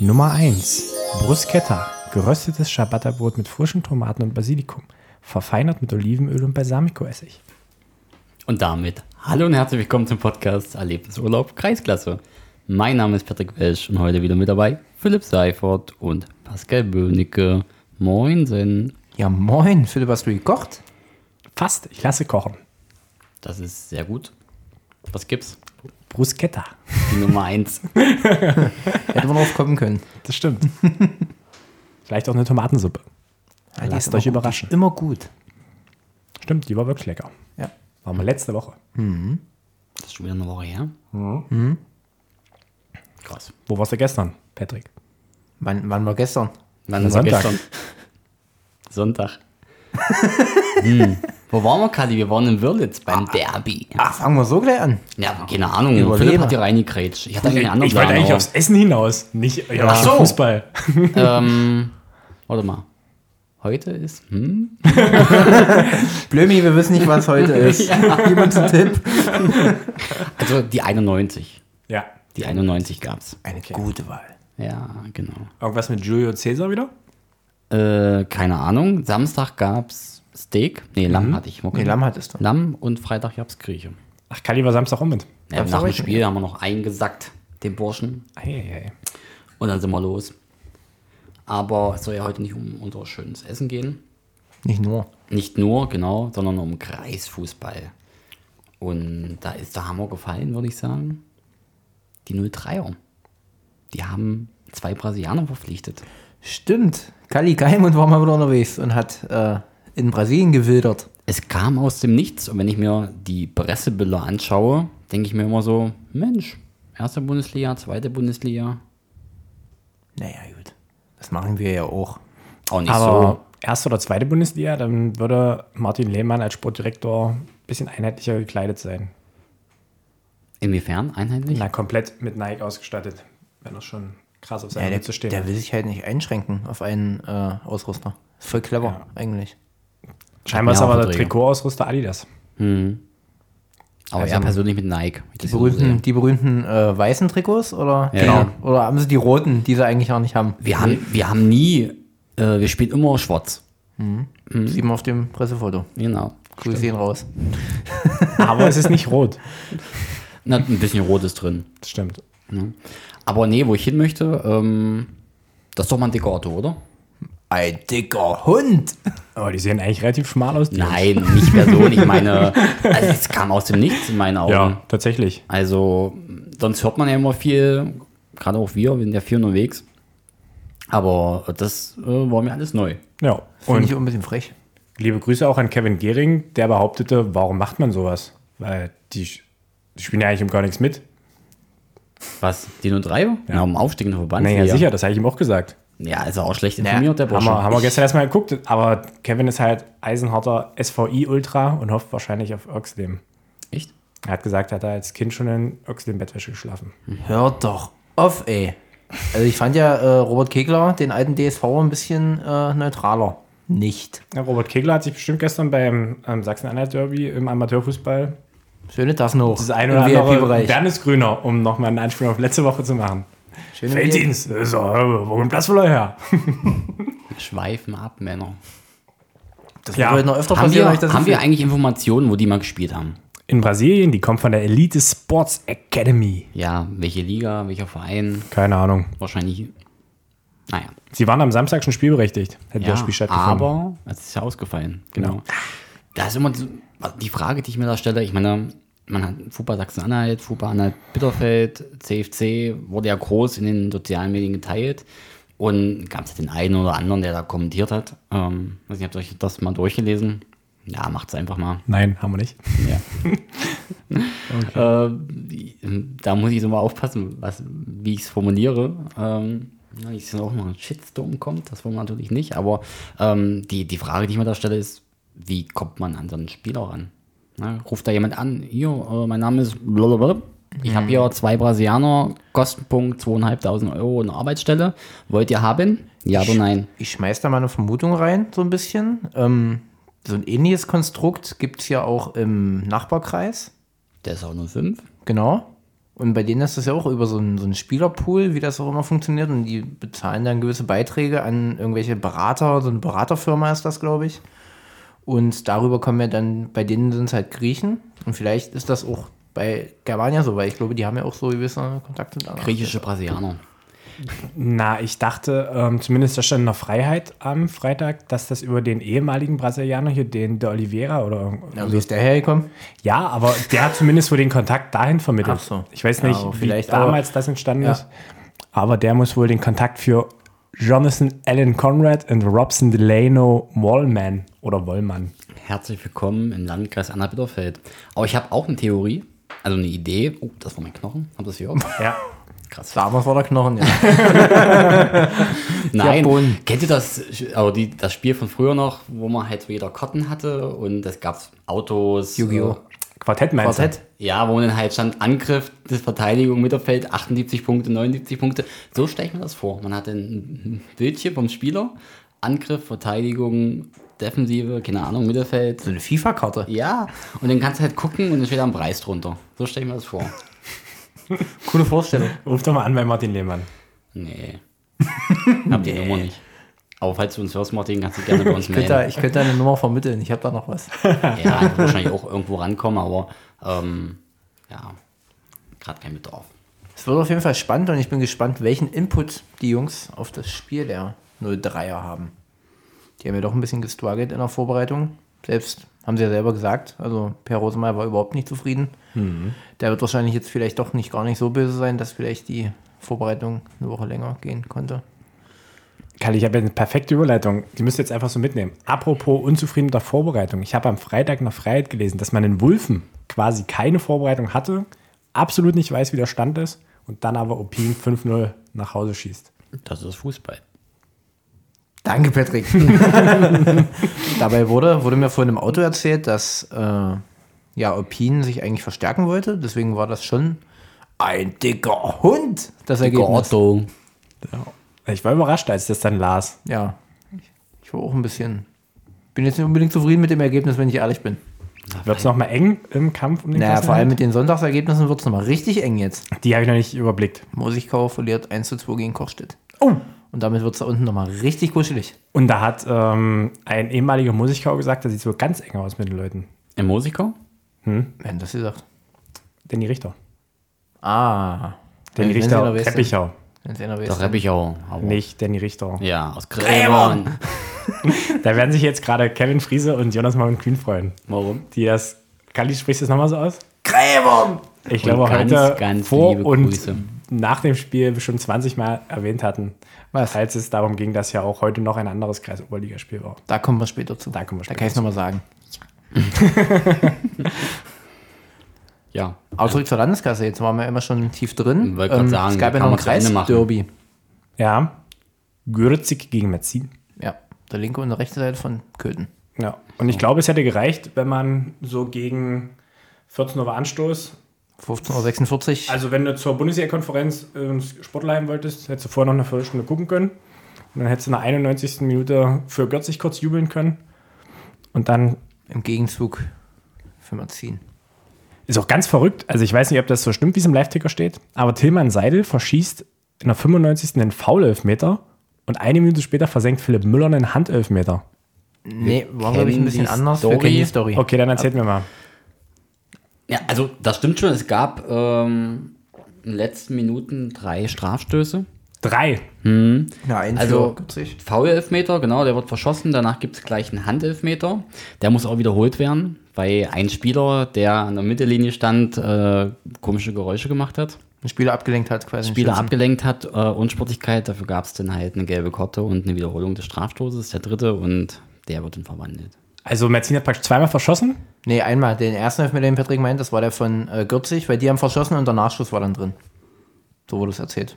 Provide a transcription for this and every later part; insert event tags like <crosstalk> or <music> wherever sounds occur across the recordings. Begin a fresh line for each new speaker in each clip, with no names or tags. Nummer 1. Bruschetta. Geröstetes Ciabattabrot mit frischen Tomaten und Basilikum. Verfeinert mit Olivenöl und Balsamicoessig.
Und damit hallo und herzlich willkommen zum Podcast Erlebnisurlaub Kreisklasse. Mein Name ist Patrick Welsch und heute wieder mit dabei Philipp Seifert und Pascal Böhnecke. Moinsen.
Ja, moin, Philipp, hast du <laughs> gekocht?
Fast. Ich lasse kochen.
Das ist sehr gut. Was gibt's?
Bruschetta.
Die Nummer 1.
Hätte man drauf kommen können.
Das stimmt. <laughs> Vielleicht auch eine Tomatensuppe.
Ja, die
Lasst
ist aber
euch
gut.
überraschen.
Die ist Immer gut.
Stimmt, die war wirklich lecker.
Ja.
War mal letzte Woche.
Das ist schon wieder eine Woche her.
Mhm.
Krass.
Wo warst du gestern, Patrick?
Wann, wann war gestern?
Wann
Na,
war
Sonntag.
gestern? Sonntag. Hm. Wo waren wir, Kadi? Wir waren in Würlitz beim Derby.
Ach, Ah, fangen wir so gleich an.
Ja, keine Ahnung.
Überlebe.
Philipp hat hier reingekrätscht. Ich hatte einen anderen genau.
ich wollte
Plan,
eigentlich
aber-
aufs Essen hinaus. Nicht ja,
Ach so.
Fußball.
Ähm, <laughs> warte mal. Heute ist. Hm?
Blömi, wir wissen nicht, was <laughs> heute ist. Jemand einen Tipp?
Also die 91.
Ja.
Die 91 gab's.
Eine gute Wahl.
Ja, genau.
Irgendwas mit Julio Cäsar wieder?
Äh, keine Ahnung. Samstag gab's Steak. Nee, Lamm hatte ich.
Nee, Mhm. Lamm hattest du.
Lamm und Freitag gab's Grieche.
Ach, Kali war Samstag um mit.
Ja,
Gab's
nach
auch
dem
heute?
Spiel haben wir noch eingesackt, den Burschen.
Eieiei.
Und dann sind wir los. Aber es soll ja heute nicht um unser schönes Essen gehen.
Nicht nur.
Nicht nur, genau, sondern um Kreisfußball. Und da ist der Hammer gefallen, würde ich sagen. Die 03er. Die haben zwei Brasilianer verpflichtet.
Stimmt. Kali Geimund war mal wieder unterwegs und hat äh, in Brasilien gewildert.
Es kam aus dem Nichts. Und wenn ich mir die Pressebilder anschaue, denke ich mir immer so: Mensch, erste Bundesliga, zweite Bundesliga.
Naja, gut. Das machen wir ja auch.
Auch nicht
Aber erste oder zweite Bundesliga, dann würde Martin Lehmann als Sportdirektor ein bisschen einheitlicher gekleidet sein.
so. Inwiefern? Einheitlich?
Na, komplett mit Nike ausgestattet, wenn er schon krass auf
Ja,
seiner
der,
Mütze steht.
der will sich halt nicht einschränken auf einen äh, Ausrüster. Ist voll clever, eigentlich.
Scheinbar ist
Ja,
aber der
Verträge.
Trikotausrüster Adidas.
Aber er persönlich mit Nike. wie ich das
also Die
so sehe.
berühmten, die berühmten äh, weißen Trikots oder?
Ja, ja.
Die, oder haben sie die roten, die sie eigentlich auch nicht haben?
Wir haben, wir haben nie, äh, wir spielen immer schwarz.
Sieht man auf dem Pressefoto.
Genau.
Grüße ihn raus.
Aber es ist nicht rot. <laughs>
Na, ein bisschen rot ist drin.
Das stimmt.
Aber nee, wo ich hin möchte, ähm, das ist doch mal ein dicker Otto, oder?
Ein dicker Hund!
Aber die sehen eigentlich relativ schmal aus. die
Nein, nicht mehr so. Ich meine, also es kam aus dem Nichts in meinen Augen.
Ja, tatsächlich.
Also, sonst hört man ja immer viel, gerade auch wir, wir sind ja viel unterwegs. Aber das äh, war mir alles neu.
Ja.
Finde ich
Und
auch ein bisschen frech.
liebe Grüße auch an Kevin Gehring, der behauptete, warum macht man sowas? Weil die, sch- die spielen ja eigentlich um gar nichts mit.
Was? Die 03? Ja, ja um Aufstieg in den Verband.
Naja, sicher, das habe ich ihm auch gesagt.
Ja, also auch schlecht informiert, der
Haben
Bursche.
wir, haben wir gestern erstmal geguckt, aber Kevin ist halt eisenharter SVI-Ultra und hofft wahrscheinlich auf Oxlem.
Echt?
Er hat gesagt, er hat als Kind schon in Oxlem-Bettwäsche geschlafen.
Hört doch auf, ey. Also ich fand ja äh, Robert Kegler, den alten DSV, ein bisschen äh, neutraler. Nicht.
Ja, Robert Kegler hat sich bestimmt gestern beim ähm, Sachsen-Anhalt-Derby im Amateurfußball
Schöne Tassen hoch.
das eine oder andere Bernesgrüner, um nochmal einen Anspiel auf letzte Woche zu machen.
Schöne
Felddienst, das ist doch, äh, wo kommt Platz wohl her?
Schweifen ab, Männer.
Das
Ja.
wird heute noch öfter
Haben
passieren.
wir,
weil ich das
haben wir
Gefühl-
eigentlich Informationen, wo die mal gespielt haben?
In Brasilien, die kommt von der Elite Sports Academy.
Ja, welche Liga, welcher Verein?
Keine Ahnung.
Wahrscheinlich. Naja,
Sie waren am Samstag schon spielberechtigt, hätte
ja,
das Spiel stattgefunden.
aber es ist ja ausgefallen. Genau. Da ist immer die, die Frage, die ich mir da stelle. Ich meine, man hat Fußball Sachsen-Anhalt, Fußball Anhalt Bitterfeld, CFC wurde ja groß in den sozialen Medien geteilt. Und gab es den einen oder anderen, der da kommentiert hat. Ähm, weiß nicht, habt ihr euch das mal durchgelesen? Ja, macht's einfach mal.
Nein, haben wir nicht.
Ähm, da muss ich so mal aufpassen, was, wie ich es formuliere. Ähm, na, nicht, dass auch mal ein Shitstorm kommt, das wollen wir natürlich nicht, aber ähm, die, die Frage, die ich mir da stelle, ist, wie kommt man an so einen Spieler ran? Na, ruft da jemand an, hier, äh, mein Name ist blablabla. Ich habe hier zwei Brasilianer, Kostenpunkt 2.500 Euro eine Arbeitsstelle. Wollt ihr haben? Ja oder nein?
Ich schmeiß da mal eine Vermutung rein, so ein bisschen. Ähm, so ein ähnliches Konstrukt gibt es ja auch im Nachbarkreis.
Der ist auch nur fünf.
Genau. Und bei denen ist das ja auch über so einen, so einen Spielerpool, wie das auch immer funktioniert. Und die bezahlen dann gewisse Beiträge an irgendwelche Berater. So eine Beraterfirma ist das, glaube ich. Und darüber kommen wir dann, bei denen sind es halt Griechen. Und vielleicht ist das auch bei Germania so, weil ich glaube, die haben ja auch so gewisse Kontakte da.
Griechische Brasilianer.
Na, ich dachte, ähm, zumindest da stand noch Freiheit am Freitag, dass das über den ehemaligen Brasilianer hier, den der Oliveira oder irgend-
Ja, wie ist der hergekommen?
Ja, aber der hat zumindest wohl den Kontakt dahin vermittelt.
Ach so.
Ich weiß
Ja,
nicht,
aber
wie
vielleicht aber-
damals das entstanden
Ja.
ist. Aber der muss wohl den Kontakt für Jonathan Allen Conrad und Robson Delano Wallman oder Wollmann.
Herzlich willkommen im Landkreis Anna-Bitterfeld. Aber ich habe auch eine Theorie, also eine Idee. Oh, das war mein Knochen. Habt ihr das gehört?
Ja.
Krass.
Damals war der Knochen, ja.
Nein,
Bohnen.
kennt ihr das, also die, das Spiel von früher noch, wo man halt so jeder Karten hatte und es gab Autos.
Yu-Gi-Oh!
Quartett meinst
Quartett.
du?
äh, Ja, wo dann halt stand Angriff, das Verteidigung, Mittelfeld, 78 Punkte, 79 Punkte. So stelle ich mir das vor. Man hat ein Bildchen vom Spieler, Angriff, Verteidigung, Defensive, keine Ahnung, Mittelfeld.
So eine FIFA-Karte.
Ja, und dann kannst du halt gucken und dann steht da ein Preis drunter. So stelle ich mir das vor.
Coole Vorstellung.
Ruf doch mal an bei Martin Lehmann.
Nee. Hab die Nummer nicht. Aber falls du uns hörst, Martin, kannst du gerne bei uns
Ich könnte, da,
melden.
ich könnte da eine Nummer vermitteln. Ich habe da noch was.
Ja, ich würd wahrscheinlich auch irgendwo rankommen, aber ähm, ja, gerade kein Bedarf.
Es wird auf jeden Fall spannend und ich bin gespannt, welchen Input die Jungs auf das Spiel der 03er haben. Die haben ja doch ein bisschen gestruggelt in der Vorbereitung. Selbst haben sie ja selber gesagt. Also Per Rosemeyer war überhaupt nicht zufrieden. Der wird wahrscheinlich jetzt vielleicht doch nicht gar nicht so böse sein, dass vielleicht die Vorbereitung eine Woche länger gehen konnte.
Kalle, ich habe jetzt eine perfekte Überleitung. Die müsst ihr jetzt einfach so mitnehmen. Apropos unzufrieden mit der Vorbereitung. Ich habe am Freitag nach Freiheit gelesen, dass man in Wulfen quasi keine Vorbereitung hatte, absolut nicht weiß, wie der Stand ist und dann aber Opin 5-0 nach Hause schießt.
Das ist Fußball.
Danke, Patrick. <laughs> Dabei wurde, wurde mir vorhin im Auto erzählt, dass äh, ja, Alpine sich eigentlich verstärken wollte. Deswegen war das schon ein dicker Hund, das Ergebnis.
Gordo.
Ich war überrascht, als ich das dann las.
Ja, ich war auch ein bisschen. Bin jetzt nicht unbedingt zufrieden mit dem Ergebnis, wenn ich ehrlich bin.
Wird es nochmal eng im Kampf um den
Naja, vor allem
Klassenerhalt?
mit den Sonntagsergebnissen wird es nochmal richtig eng jetzt.
Die habe ich noch nicht überblickt.
Mosigkau verliert 1 zu 2 gegen Kochstedt.
Oh.
Und damit wird es da unten nochmal richtig kuschelig.
Und da hat ähm, ein ehemaliger Musiker gesagt, da sieht es wohl ganz eng aus mit den Leuten.
Im Musiker?
Wer hat das gesagt?
Danny Richter.
Ah.
Danny
Äh, Wenn- wenn sie
Richter,
nervös sind.
Teppichau.
Wenn sie nervös
Das
sind.
rapp ich auch. Aber
Nicht Danny Richter.
Ja, aus Gräbern.
Da werden sich jetzt gerade Kevin Friese und Jonas Marvin Kühn freuen.
Warum?
Die das. Kali, sprichst du das nochmal so aus?
Gräbern!
Ich glaube,
ganz,
heute
ganz
vor
liebe
und
Grüße.
nach dem Spiel schon 20 Mal erwähnt hatten,
Was?
als es darum ging, dass ja auch heute noch ein anderes Kreis-Oberligaspiel war.
Da kommen wir später zu. Da,
kommen wir später
kann ich es nochmal sagen.
Ja.
Aber zurück zur Landeskasse. Jetzt waren wir immer schon tief drin. Ähm,
Wollte grad sagen,
es gab ja
kann
noch ein
man zu Ende machen.
Kreisderby.
Ja. Gürzig gegen Metzin.
Ja, der linke und der rechte Seite von Köthen.
Ja. Und ich glaube, es hätte gereicht, wenn man so gegen 14 Uhr war Anstoß,
15.46 Uhr.
also wenn du zur Bundesliga-Konferenz äh, ins Sportlerheim wolltest, hättest du vorher noch eine Viertelstunde gucken können. Und dann hättest du in der 91. Minute für Götzig kurz jubeln können. Und dann
Im Gegenzug für Marzin.
Ist auch ganz verrückt. Also ich weiß nicht, ob das so stimmt, wie es im Live-Ticker steht, aber Tillmann Seidel verschießt in der 95. einen Foul-Elfmeter und eine Minute später versenkt Philipp Müller einen Handelfmeter.
Nee, war, glaube ich,
kennen
ein bisschen
die
anders.
Story.
kennen die Story.
Okay, dann erzählt mir mal.
Ja, also das stimmt schon. Es gab ähm, in den letzten Minuten drei Strafstöße.
Drei.
Ja, eins
Also
für Gützig.
Foul-Elfmeter, genau, der wird verschossen. Danach gibt es gleich einen Handelfmeter. Der muss auch wiederholt werden, weil ein Spieler, der an der Mittellinie stand, äh, komische Geräusche gemacht hat.
Ein Spieler abgelenkt hat quasi. einen
Spieler
Schützen.
abgelenkt hat, äh, Unsportlichkeit. Dafür gab es dann halt eine gelbe Karte und eine Wiederholung des Strafstoßes, der dritte, und der wird dann verwandelt.
Also Merzin hat praktisch zweimal verschossen.
Nee, einmal. Den ersten Elfmeter, den Patrick meint, das war der von äh, Gürzig, weil die haben verschossen und der Nachschuss war dann drin. So wurde es erzählt.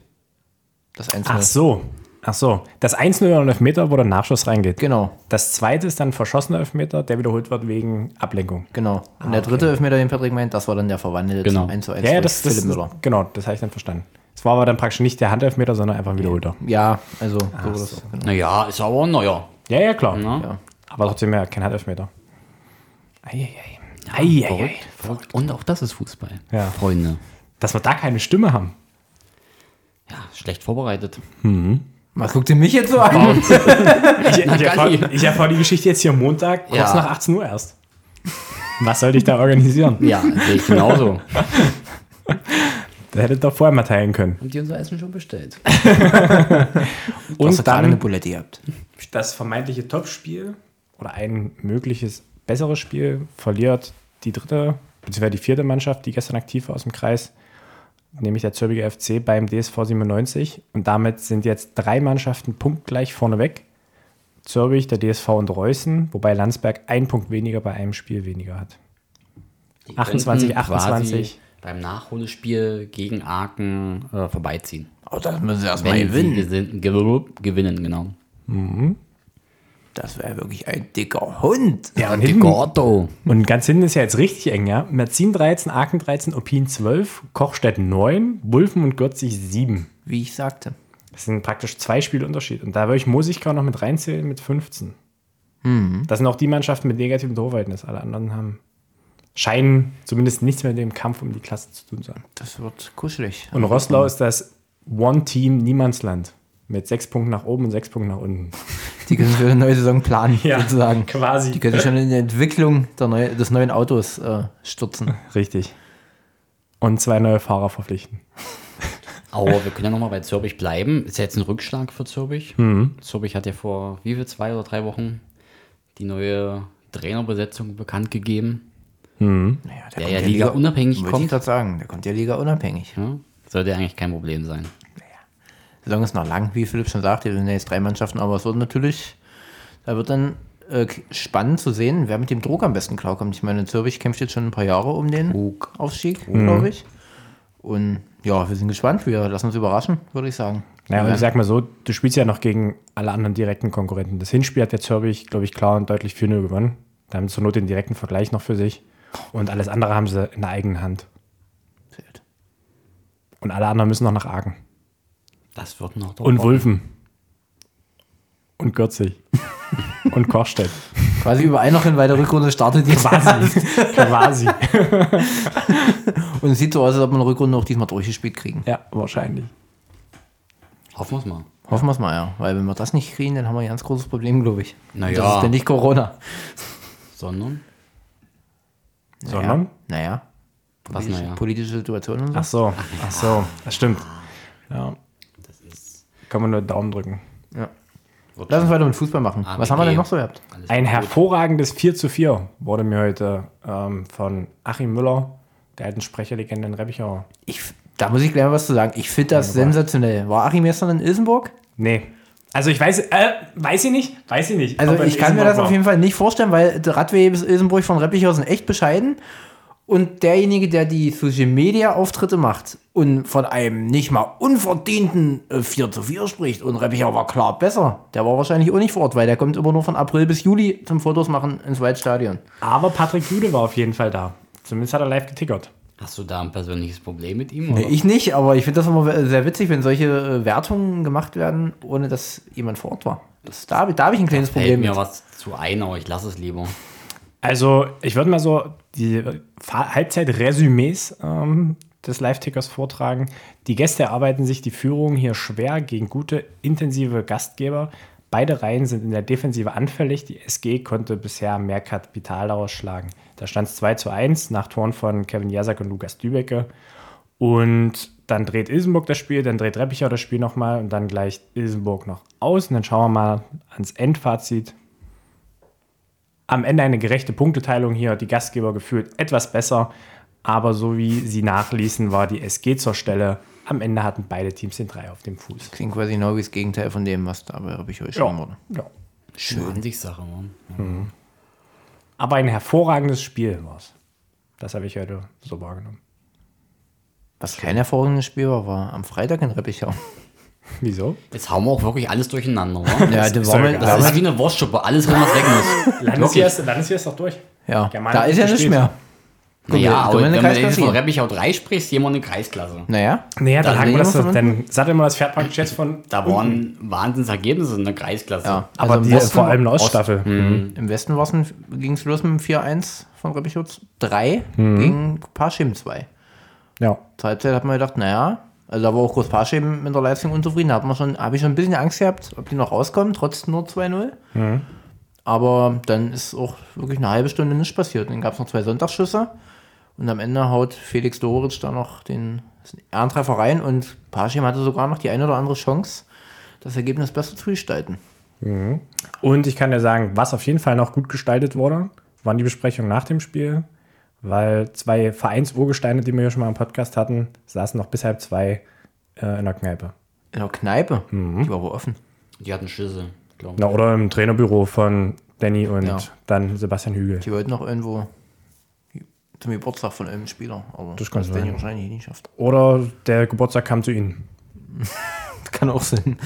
Das Einzelne.
Ach so. Ach so. Das 1-0 oder ein Elfmeter, wo der Nachschuss reingeht.
Genau,
Das zweite ist dann verschossener Elfmeter, der wiederholt wird wegen Ablenkung.
genau. Und der dritte Elfmeter, den Patrick meint, das war dann der verwandelte
Genau.
1 zu 1
Ja, ja,
durch
das, das
Philipp Müller.
Genau, das habe ich dann verstanden. Es war aber dann praktisch nicht der Handelfmeter, sondern einfach ein wiederholter.
Ja, also so wurde es. Genau.
Naja, ist aber ein neuer.
Ja, ja, klar.
Ja.
Aber trotzdem ja kein Handelfmeter. Eieiei. Eieiei.
Verrückt. Und auch das ist Fußball.
Ja.
Freunde.
Dass wir da keine Stimme
<laughs>
haben.
Ja, schlecht vorbereitet.
Was guckt ihr mich jetzt so an?
Ich, ich, erfahr,
Galli.
ich erfahr die Geschichte jetzt hier Montag, kurz
Ja.
nach 18 Uhr erst. Was sollte ich da organisieren?
<laughs> Ja, sehe ich genauso.
Da hättet ihr doch vorher mal teilen können.
Haben die unser Essen schon bestellt?
Du hast doch
Und
gerade eine
dann
Bulette gehabt.
das vermeintliche Top-Spiel oder ein mögliches besseres Spiel verliert die dritte bzw. die vierte Mannschaft, die gestern aktiv war aus dem Kreis, nämlich der Zürbiger FC beim DSV 97. Und damit sind jetzt drei Mannschaften punktgleich vorneweg. Zürbig, der DSV und Reußen, wobei Landsberg einen Punkt weniger bei einem Spiel weniger hat.
Die
28,
könnten quasi
28.
Beim Nachholespiel gegen Aachen äh, vorbeiziehen.
Oh, das müssen sie erstmal
Wenn sie
gewinnen.
gesin- gew- gewinnen, genau.
Das wäre wirklich ein dicker Hund.
Ja, und
Die
hinten,
Gordo.
Und ganz hinten ist ja jetzt richtig eng, ja. Merzin 13, Aachen 13, Opin 12, Kochstedt 9, Wulfen und Götzig 7.
Wie ich sagte.
Das sind praktisch zwei Spiele Unterschied. Und da würde ich Musikau noch mit reinzählen mit 15. Das sind auch die Mannschaften mit negativem Torverhältnis. Alle anderen haben scheinen zumindest nichts mehr mit dem Kampf um die Klasse zu tun zu haben.
Das wird kuschelig.
Und Roslau ist das One-Team-Niemandsland. Mit sechs Punkten nach oben und sechs Punkten nach unten.
Die können für eine neue Saison planen,
Ja,
sozusagen.
quasi.
Die können sich schon in die Entwicklung der neu, des neuen Autos äh,
Hm.
stürzen.
Richtig. Und zwei neue Fahrer verpflichten.
Aber wir können ja nochmal bei Zürbich bleiben. Ist ja jetzt ein Rückschlag für Zürbich.
Mhm.
Zürbich hat ja vor wie viel, zwei oder drei Wochen die neue Trainerbesetzung bekannt gegeben.
Naja,
Der ja Liga unabhängig
Wollte ich
kommt.
gerade sagen, der kommt ja Liga unabhängig.
Ja? Sollte ja eigentlich kein Problem sein.
Die Saison ist noch lang, wie Philipp schon sagte. Wir sind ja jetzt drei Mannschaften, aber es wird natürlich, da wird dann äh, spannend zu sehen, wer mit dem Druck am besten klarkommt. Ich meine, Zürich kämpft jetzt schon ein paar Jahre um den Aufstieg,
Mhm.
glaube ich. Und ja, wir sind gespannt. Wir lassen uns überraschen, würde ich sagen.
Naja, und ich sag mal so, du spielst ja noch gegen alle anderen direkten Konkurrenten. Das Hinspiel hat der Zürbich, glaube ich, klar und deutlich 4-0 gewonnen. Da haben sie zur Not den direkten Vergleich noch für sich. Und alles andere haben sie in der eigenen Hand. Und alle anderen müssen noch nach Aachen.
Das wird noch
Und Wulfen. Und Gürzig. <laughs> und Kochstedt.
Quasi überall noch in weiter Rückrunde startet
<laughs>
jetzt.
Quasi. Quasi.
Und es sieht so aus, als ob wir eine Rückrunde auch diesmal durchgespielt kriegen.
<laughs> Ja, wahrscheinlich.
Hoffen wir es mal.
Hoffen wir es mal, ja. Weil wenn wir das nicht kriegen, dann haben wir ein ganz großes Problem, glaube ich.
Naja.
Das ist denn nicht Corona.
Sondern
Sondern?
Naja.
was
politische,
naja.
politische Situation und so.
Ach so. Ach so. Das stimmt. Ja. Kann man nur Daumen drücken.
Ja. Lass uns weiter mit Fußball machen.
ABG.
Was haben wir denn noch so gehabt?
Ein hervorragendes 4 zu 4 wurde mir heute ähm, von Achim Müller, der alten Sprecherlegende in Reppichau.
Ich, da muss ich gleich mal was zu sagen. Ich finde das sensationell. War Achim gestern in Ilsenburg?
Nee. Also ich weiß, äh, weiß ich nicht, weiß ich nicht.
Also
ob er
ich
in
kann mir das
Isenburg
auf jeden Fall nicht vorstellen, weil der Radweg bis Ilsenburg von Reppichau sind echt bescheiden. Und derjenige, der die Social Media Auftritte macht und von einem nicht mal unverdienten äh, 4 zu 4 spricht und Reppichau war klar besser, der war wahrscheinlich auch nicht vor Ort, weil der kommt immer nur von April bis Juli zum Fotos machen ins Waldstadion.
war. Aber Patrick Jude war auf jeden Fall da. Zumindest hat er live getickert.
Hast du da ein persönliches Problem mit ihm?
Nee,
oder?
ich nicht, aber ich finde das immer we- sehr witzig, wenn solche äh, Wertungen gemacht werden, ohne dass jemand vor Ort war. Das, da hab- da habe ich ein kleines
Fällt
Problem
mir
mit.
was zu ein, aber ich lasse es lieber.
Also ich würde mal so die Fa- Halbzeit-Resümees ähm, des Live-Tickers vortragen. Die Gäste erarbeiten sich die Führung hier schwer gegen gute, intensive Gastgeber. Beide Reihen sind in der Defensive anfällig. Die SG konnte bisher mehr Kapital daraus schlagen. Da stand es 2 zu 1 nach Toren von Kevin Jasak und Lukas Dübecke. Und dann dreht Ilsenburg das Spiel, dann dreht Reppichau das Spiel nochmal und dann gleicht Ilsenburg noch aus. Und dann schauen wir mal ans Endfazit am Ende eine gerechte Punkteteilung hier. Die Gastgeber gefühlt etwas besser, aber so wie sie nachließen, war die SG zur Stelle. Am Ende hatten beide Teams den Drei auf dem Fuß.
Klingt quasi genau wie das Gegenteil von dem, was da bei Reppichau geschrieben wurde.
ja.
Schön. Ansichtssache, Mann.
Aber ein hervorragendes Spiel war es. Das habe ich heute so wahrgenommen.
Was kein hervorragendes Spiel war, war am Freitag in Reppichau.
<laughs> Wieso?
Jetzt hauen wir auch wirklich alles durcheinander.
<laughs>
wa?
Ja,
da war man-
Das ist wie eine Wurstschuppe, alles drin, was weg muss.
Landesjahr ist, Landesjahr ist doch durch.
ja,
Germanik
da ist ja
gespielt.
nichts mehr.
Naja,
Guck
aber
mal,
wenn
in der
du jetzt
Kreisklasse.
von Reppichau 3 sprichst, hier mal eine Kreisklasse.
Naja,
Naja, dann,
Da
haken wir
sehen
das,
wir's mal.
dann satteln wir das Pferd praktisch jetzt von.
Da waren Wahnsinnsergebnisse in der Kreisklasse.
ja. also
Aber
im
die ist
Westen-
vor allem eine Oststaffel. Mhm.
Ost- Im Westen war es
Mhm.
ging es los mit dem 4-1 von Reppichau 3 gegen Parchim 2.
Ja.
Zur Halbzeit hat man gedacht, naja, also da war auch Groß Pasch eben mit der Leistung unzufrieden. Da hat man schon, habe ich schon ein bisschen Angst gehabt, ob die noch rauskommen, trotz nur 2-0. Aber dann ist auch wirklich eine halbe Stunde nichts passiert. Dann gab es noch zwei Sonntagsschüsse und am Ende haut Felix Doritsch da noch den Ehrentreffer rein und Paschim hatte sogar noch die eine oder andere Chance, das Ergebnis besser zu gestalten.
Und ich kann dir sagen, was auf jeden Fall noch gut gestaltet wurde, waren die Besprechungen nach dem Spiel, weil zwei Vereinsurgesteine, die wir ja schon mal im Podcast hatten, saßen noch bis halb zwei äh, in der Kneipe.
In der Kneipe, die war wohl offen.
Die hatten Schüsse, glaube ich.
Na, oder im Trainerbüro von Danny und
Ja.
dann Sebastian Hügel.
Die wollten noch irgendwo zum Geburtstag von einem Spieler, aber das
kann
kannst du
sein.
wahrscheinlich nicht schafft.
Oder der Geburtstag kam zu ihnen.
Kann auch sein.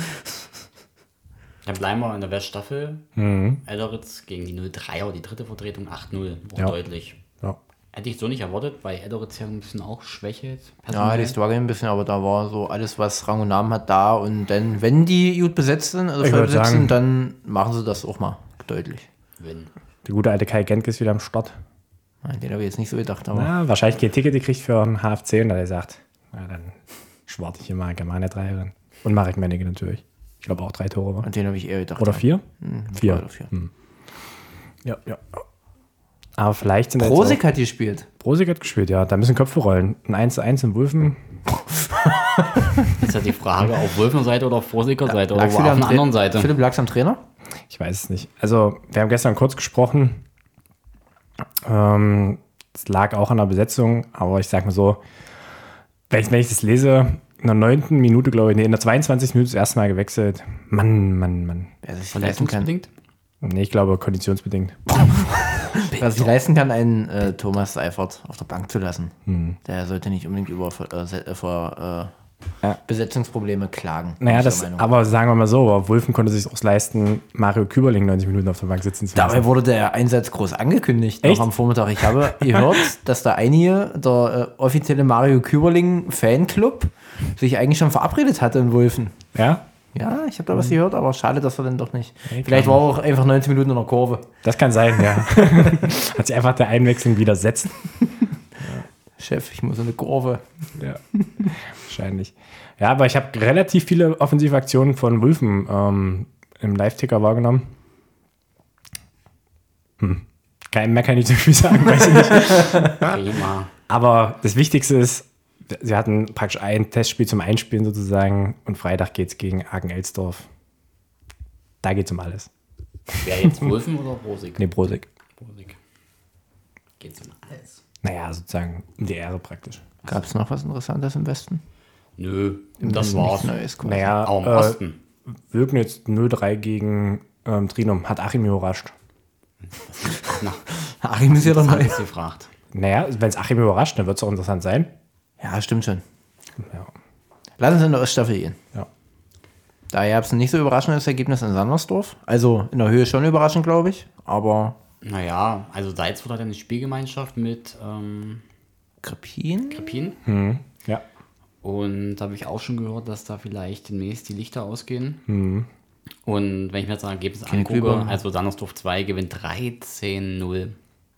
Dann bleiben wir in der Weststaffel.
Mhm.
Elderitz gegen die 03er, die dritte Vertretung, 8-0. Auch
Ja.
deutlich.
Ja.
Hätte ich so nicht erwartet, weil Elderitz ja ein bisschen auch schwächelt.
Ja, die struggle ein bisschen, aber da war so alles, was Rang und Namen hat, da. Und dann, wenn die gut besetzt sind, also
Ich
voll
würd
besetzt
sagen-
sind, dann machen sie das auch mal deutlich.
Wenn.
Der gute alte Kai Genk ist wieder am Start.
Ja, Den habe ich jetzt nicht so gedacht, aber
Na, wahrscheinlich kein Ticket gekriegt für einen HFC und da hat er gesagt, na dann schwarte ich immer Germane drei rein. Und Marek Menneke natürlich. Ich glaube auch drei Tore. War.
an den habe ich eher gedacht.
Oder
ja.
vier?
drei
vier.
oder vier.
Hm. Ja, ja. Aber vielleicht sind da jetzt
Prosig hat gespielt.
auch- Prosig hat gespielt, ja. Da müssen Köpfe rollen. Ein 1 zu 1 in Wulfen.
Ist ja die
<laughs>
Frage, auf Wolfner Seite oder auf Vorsicker Seite oder
Lag's
wo- auf
wieder am
einer
Tra-
anderen Seite.
Philipp lag's am Trainer.
Ich weiß es nicht. Also, wir haben gestern kurz gesprochen. Ähm, es lag auch an der Besetzung, aber ich sag mal so, wenn ich, wenn ich das lese, in der neunten Minute, glaube ich, nee, in der 22. Minute das erste Mal gewechselt. Mann, Mann, Mann.
Wer sich leisten kann,
Verletzungsbedingt?
Nee, ich glaube, konditionsbedingt.
wer sich leisten kann, einen äh, Thomas Seifert auf der Bank zu lassen,
Hm.
der sollte nicht unbedingt über Ver- äh, Se- äh, Ver- äh,
Ja.
Besetzungsprobleme klagen. bin
Naja,
ich der
das,
Meinung.
aber sagen wir mal so, aber Wulfen konnte sich auch leisten, Mario Küberling 90 Minuten auf der Bank sitzen zu lassen.
Dabei wurde der Einsatz groß angekündigt,
Echt?
noch am Vormittag. Ich habe
<laughs>
gehört, dass da einige, der äh, offizielle Mario Küberling Fanclub, sich eigentlich schon verabredet hatte in Wulfen.
Ja,
Ja, ich habe
Mhm.
da was gehört, aber schade, dass er dann doch nicht.
Ey,
Vielleicht war
kann-
er auch einfach 90 Minuten in der Kurve.
das kann sein,
<laughs>
ja. Hat sich einfach der Einwechslung widersetzt.
Chef, ich muss in eine Kurve.
Ja, wahrscheinlich. Ja, aber ich habe relativ viele offensive Aktionen von Wulfen ähm, im Live-Ticker wahrgenommen. Hm. Kein, mehr kann ich zu viel sagen,
<laughs>
weiß ich nicht.
Prima.
Aber das Wichtigste ist, sie hatten praktisch ein Testspiel zum Einspielen sozusagen und Freitag geht es gegen Hagen-Elsdorf. Da geht es um alles.
Wer jetzt Wolfen oder Prosig?
Nee, Brosig.
Prosig. Geht's um alles?
Naja, sozusagen um die Ehre praktisch.
Gab es noch was Interessantes im Westen?
Nö,
Ist
das
nichts
war's.
Neues quasi.
Naja,
Also Auch im
äh,
Osten.
Lögnitz 0-3 gegen ähm, Trinum. Hat Achim überrascht.
Na,
Achim ist ja doch <laughs>
das hab
neu.
ich gefragt.
Naja, wenn es Achim überrascht, dann wird es auch interessant sein.
Ja, stimmt schon.
Ja.
Lass uns in der Oststaffel gehen.
Ja.
Da gab es ein nicht so überraschendes Ergebnis in Sandersdorf. Also in der Höhe schon überraschend, glaube ich. Aber
Naja, also Salzburg hat ja eine Spielgemeinschaft mit ähm,
Krepin?
Krepin.
Ja.
Und da habe ich auch schon gehört, dass da vielleicht demnächst die Lichter ausgehen.
Mhm.
Und wenn ich mir jetzt das Ergebnis angucke,
Glühbirnen.
also Sandersdorf 2 gewinnt 13-0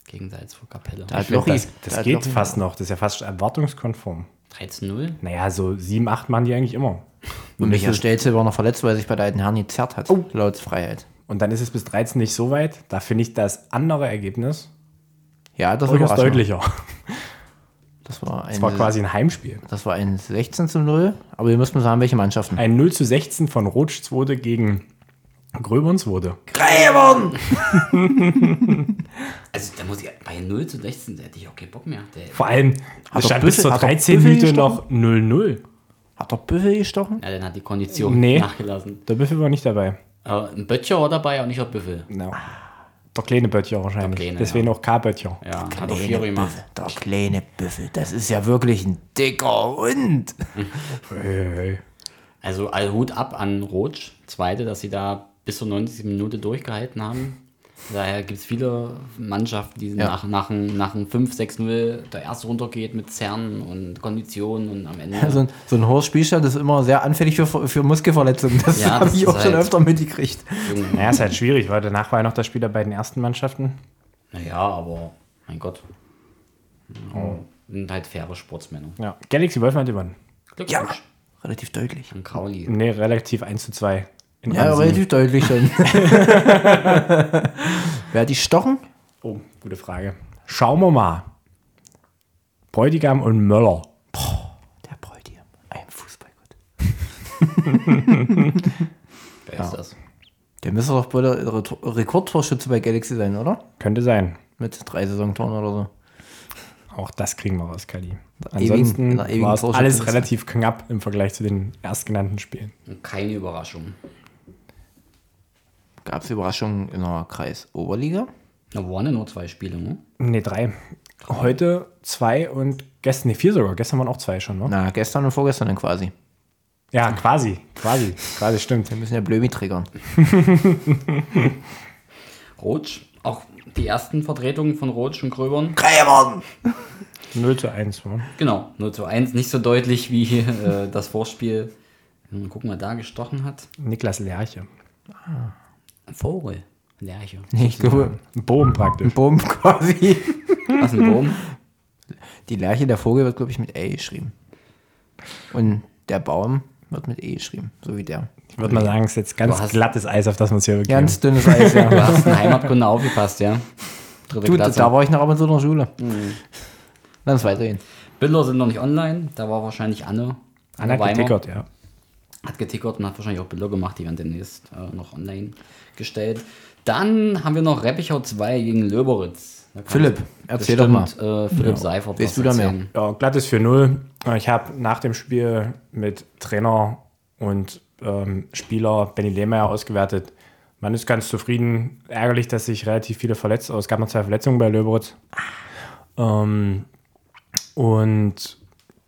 gegen Salzburg Kapelle.
Da hat Lochi-
Das,
da
das
hat
geht
Lochi-
fast noch. Das ist ja fast erwartungskonform.
13-0?
Naja, so 7, 8 machen die eigentlich immer.
Und Michael Stelze war noch verletzt, weil er sich bei der alten Herren gezerrt hat. Laut Freiheit.
Und dann ist es bis 13 nicht so weit. Da finde ich das andere Ergebnis
Ja, Oh, das war
durchaus deutlicher.
Das war ein,
Es war quasi ein Heimspiel.
das war ein 16 zu 0. Aber wir müssen sagen, welche Mannschaften.
Ein 0 zu 16 von Rotschz wurde gegen Gröberns wurde.
Gräbern!
Also da muss ich bei 0 zu 16, da hätte ich auch keinen Bock mehr. Der,
Vor allem, es
doch
stand bis
Büffel-
zur
hat doch
13
Büffel
Minute
gestochen?
noch 0-0.
Hat doch Büffel gestochen?
ja, dann hat die Kondition
Nee.
<laughs> nachgelassen.
Der Büffel war nicht dabei.
Äh, ein Böttcher war dabei und nicht auch Büffel.
No. Der kleine Böttcher wahrscheinlich.
Der kleine,
Deswegen auch K-Böttcher.
Ja, hat auch Fiori gemacht.
Der kleine Büffel, das ist ja wirklich ein dicker Hund.
Hey.
Also all Hut ab an Rotsch, zweite, dass sie da bis zur 90. Minute durchgehalten haben. Daher gibt es viele Mannschaften, die nach, nach, einem- nach einem 5-6-0 der erste runtergeht mit Zernen und Konditionen und am Ende.
So ein, so ein hoher Spielstand ist immer sehr anfällig für, für Muskelverletzungen. Das
Ja,
habe
das
ich
ist
auch schon
halt-
öfter mitgekriegt.
Junge,
Naja, ist halt schwierig, weil danach war ja noch der Spieler bei den ersten Mannschaften.
naja, aber mein Gott. Ja. Und halt faire Sportsmänner.
Ja. Galaxy Wolfen hat gewonnen.
Ja,
Glückwunsch.
relativ deutlich.
An Krauli.
Nee, relativ 1 zu 2. In
Ja,
Ansehen.
relativ deutlich schon. <laughs> Wer hat die Stochen?
Oh, gute Frage. Schauen wir mal. Bräutigam und Möller.
Der Bräutigam. Ein Fußballgott.
Wer ist das?
Der müsste doch wohl der Re- Rekordtorschütze bei Galaxy sein, oder?
Könnte sein.
Mit drei Saisontoren oder so.
Auch das kriegen wir raus, Kali.
ewigen-
Ansonsten
in der ewigen
war es
Torschützenliste.
alles relativ knapp im Vergleich zu den erstgenannten Spielen.
Und Keine Überraschung.
Gab es Überraschungen in der Kreis-Oberliga?
Da waren ja nur zwei Spiele, ne?
Ne, drei. Heute zwei und gestern, ne, vier sogar. Gestern waren auch zwei schon, ne?
Na, gestern und vorgestern dann quasi.
Ja, quasi, quasi, quasi, stimmt.
Wir müssen ja Blömi triggern.
Rotsch, auch die ersten Vertretungen von Rotsch und Gröbern.
<laughs>
0 zu 1. Ne?
Genau, 0 zu 1, nicht so deutlich wie äh, das Vorspiel. Mal gucken, wer da gestochen hat.
Niklas Lerche.
Ein Vogel. Lerche.
Ich glaube,
Ein Bogen praktisch.
Bumm quasi.
Was ein Wurm.
Die Lerche der Vogel wird, glaube ich, mit L geschrieben. Und der Baum wird mit E geschrieben, so wie der.
Ich würde mal sagen, es ist jetzt ganz
Du hast-
glattes Eis, auf das wir uns hier begeben.
Ganz dünnes Eis,
Du <laughs>
ja.
hast in Heimatkunde aufgepasst, ja? Dritte
du,
Klasse.
da war ich noch ab und zu in der Schule. Lass uns weitergehen.
Bilder sind noch nicht online. Da war wahrscheinlich Anne.
Anna hat
Weimer
getickert, ja.
Hat getickert und hat wahrscheinlich auch Bilder gemacht. Die werden demnächst äh, noch online gestellt. Dann haben wir noch Reppichau 2 gegen Löberitz. Da kann
Philipp, erzähl doch mal.
Äh, Philipp Seifert.
Weißt
was
du da mehr?
erzählen.
Ja, glattes 4-0. Ich habe nach dem Spiel mit Trainer und ähm, Spieler Benny Lehmeyer ausgewertet. Man ist ganz zufrieden. Ärgerlich, dass sich relativ viele verletzt haben. Es gab noch zwei Verletzungen bei Löberitz. Ähm, und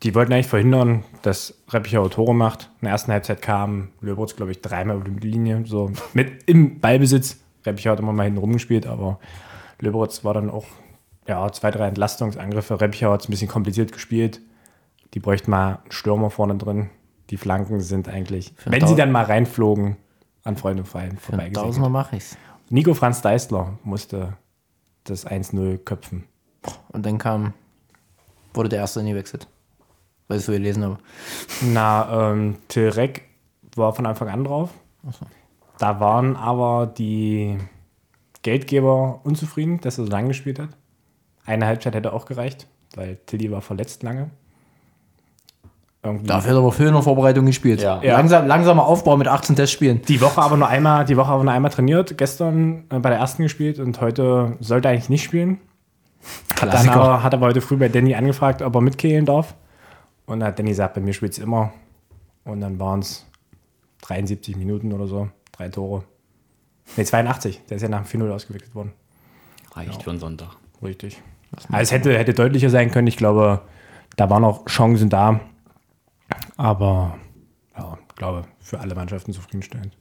die wollten eigentlich verhindern, dass Reppichau Tore macht. In der ersten Halbzeit kam Löberitz, glaube ich, dreimal über die Linie. So mit im Ballbesitz. Reppichau hat immer mal hinten rumgespielt, aber Löberitz war dann auch ja, zwei, drei Entlastungsangriffe. Reppichau hat es ein bisschen kompliziert gespielt. Die bräuchten mal einen Stürmer vorne drin. Die Flanken sind eigentlich, wenn sie
Tausend-
dann mal reinflogen, an Freunde und Feinden vorbeigesehen.
Tausendmal mache ich's.
Nico Franz Deisler musste das 1-0 köpfen.
Und dann kam, wurde der erste eingewechselt. Weil ich so gelesen habe.
Na, ähm, Tilrek war von Anfang an drauf. Da waren aber die Geldgeber unzufrieden, dass er so lange gespielt hat. Eine Halbzeit hätte auch gereicht, weil Tilly war verletzt lange. Irgendwie
Dafür hat er aber viel in der Vorbereitung gespielt.
Ja.
Ja.
Langsam, langsamer Aufbau mit 18 Testspielen.
Die Woche aber nur einmal, die Woche aber nur einmal trainiert, gestern äh, bei der ersten gespielt und heute sollte eigentlich nicht spielen. Hat, dann
Klassiker.
aber, hat aber heute früh bei Danny angefragt, ob er mitkehren darf. Und dann hat Danny gesagt, bei mir spielt es immer. Und dann waren es 73 Minuten oder so, drei Tore. Ne, 82. Der ist ja nach dem 4-0 ausgewechselt worden.
Reicht für einen Sonntag.
Richtig. Also es hätte, hätte deutlicher sein können. Ich glaube, da waren auch Chancen da. Aber ja, ich glaube, für alle Mannschaften zufriedenstellend.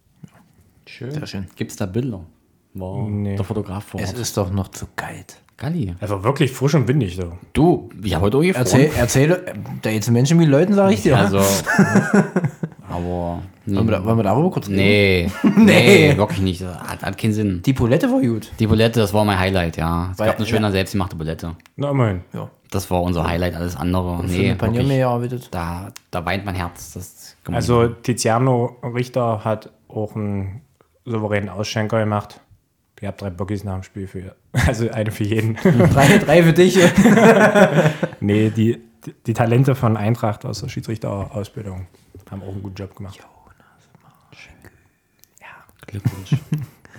Schön.
Sehr schön.
Gibt es da Bilder? War
Nee.
der Fotograf vor
Es
Ort.
ist doch noch zu kalt.
Galli.
Also wirklich frisch und windig so.
Du, ich habe heute auch gefroren.
Erzähl, erzähl, äh, da jetzt Menschen wie Leuten, sage ich dir.
Also, <laughs> aber.
Wollen wir,
Nee.
da, wollen wir darüber kurz reden? <laughs>
Nee, nee, wirklich nicht. Das Hat, hat keinen Sinn.
Die Poulette war gut.
Die Bulette, das war mein Highlight, ja. Es
Weil-
gab eine schöne selbstgemachte Bulette.
Na, immerhin.
Ja.
Das war unser Highlight, alles andere.
Für
Nee,
eine Panier mehr
wirklich,
gearbeitet.
da, da weint mein Herz. Das ist gemein.
Also Tiziano Richter hat auch einen souveränen Ausschenker gemacht. Ihr habt drei Bockys nach dem Spiel für <laughs> also eine für
<laughs>
jeden.
Drei, <laughs> drei für dich.
nee, die, die Talente von Eintracht aus der Schiedsrichterausbildung haben auch einen guten Job gemacht.
Glückwunsch.
<laughs>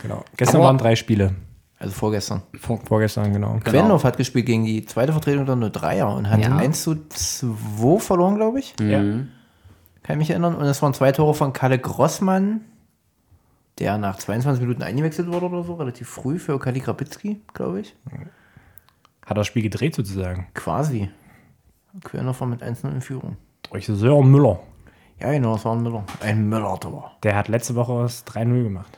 Genau. Gestern
Aber-
waren drei Spiele.
Also vorgestern.
Vorgestern, genau.
Genau.
Quendorf hat gespielt gegen die zweite Vertretung der 03er und hat
Ja.
1 zu 2 verloren, glaube ich.
Ja.
Mhm.
Kann ich mich erinnern. Und es waren zwei Tore von Kalle Grossmann, der nach 22 Minuten eingewechselt wurde oder so, relativ früh für Kali Grabitski, glaube ich.
Hat das Spiel gedreht sozusagen.
Quasi. Quendorf war mit 1 in Führung.
Durch Sören Müller.
Ja, genau, es war ein Müller. Ein Müller-Tor.
Der hat letzte Woche das 3-0 gemacht.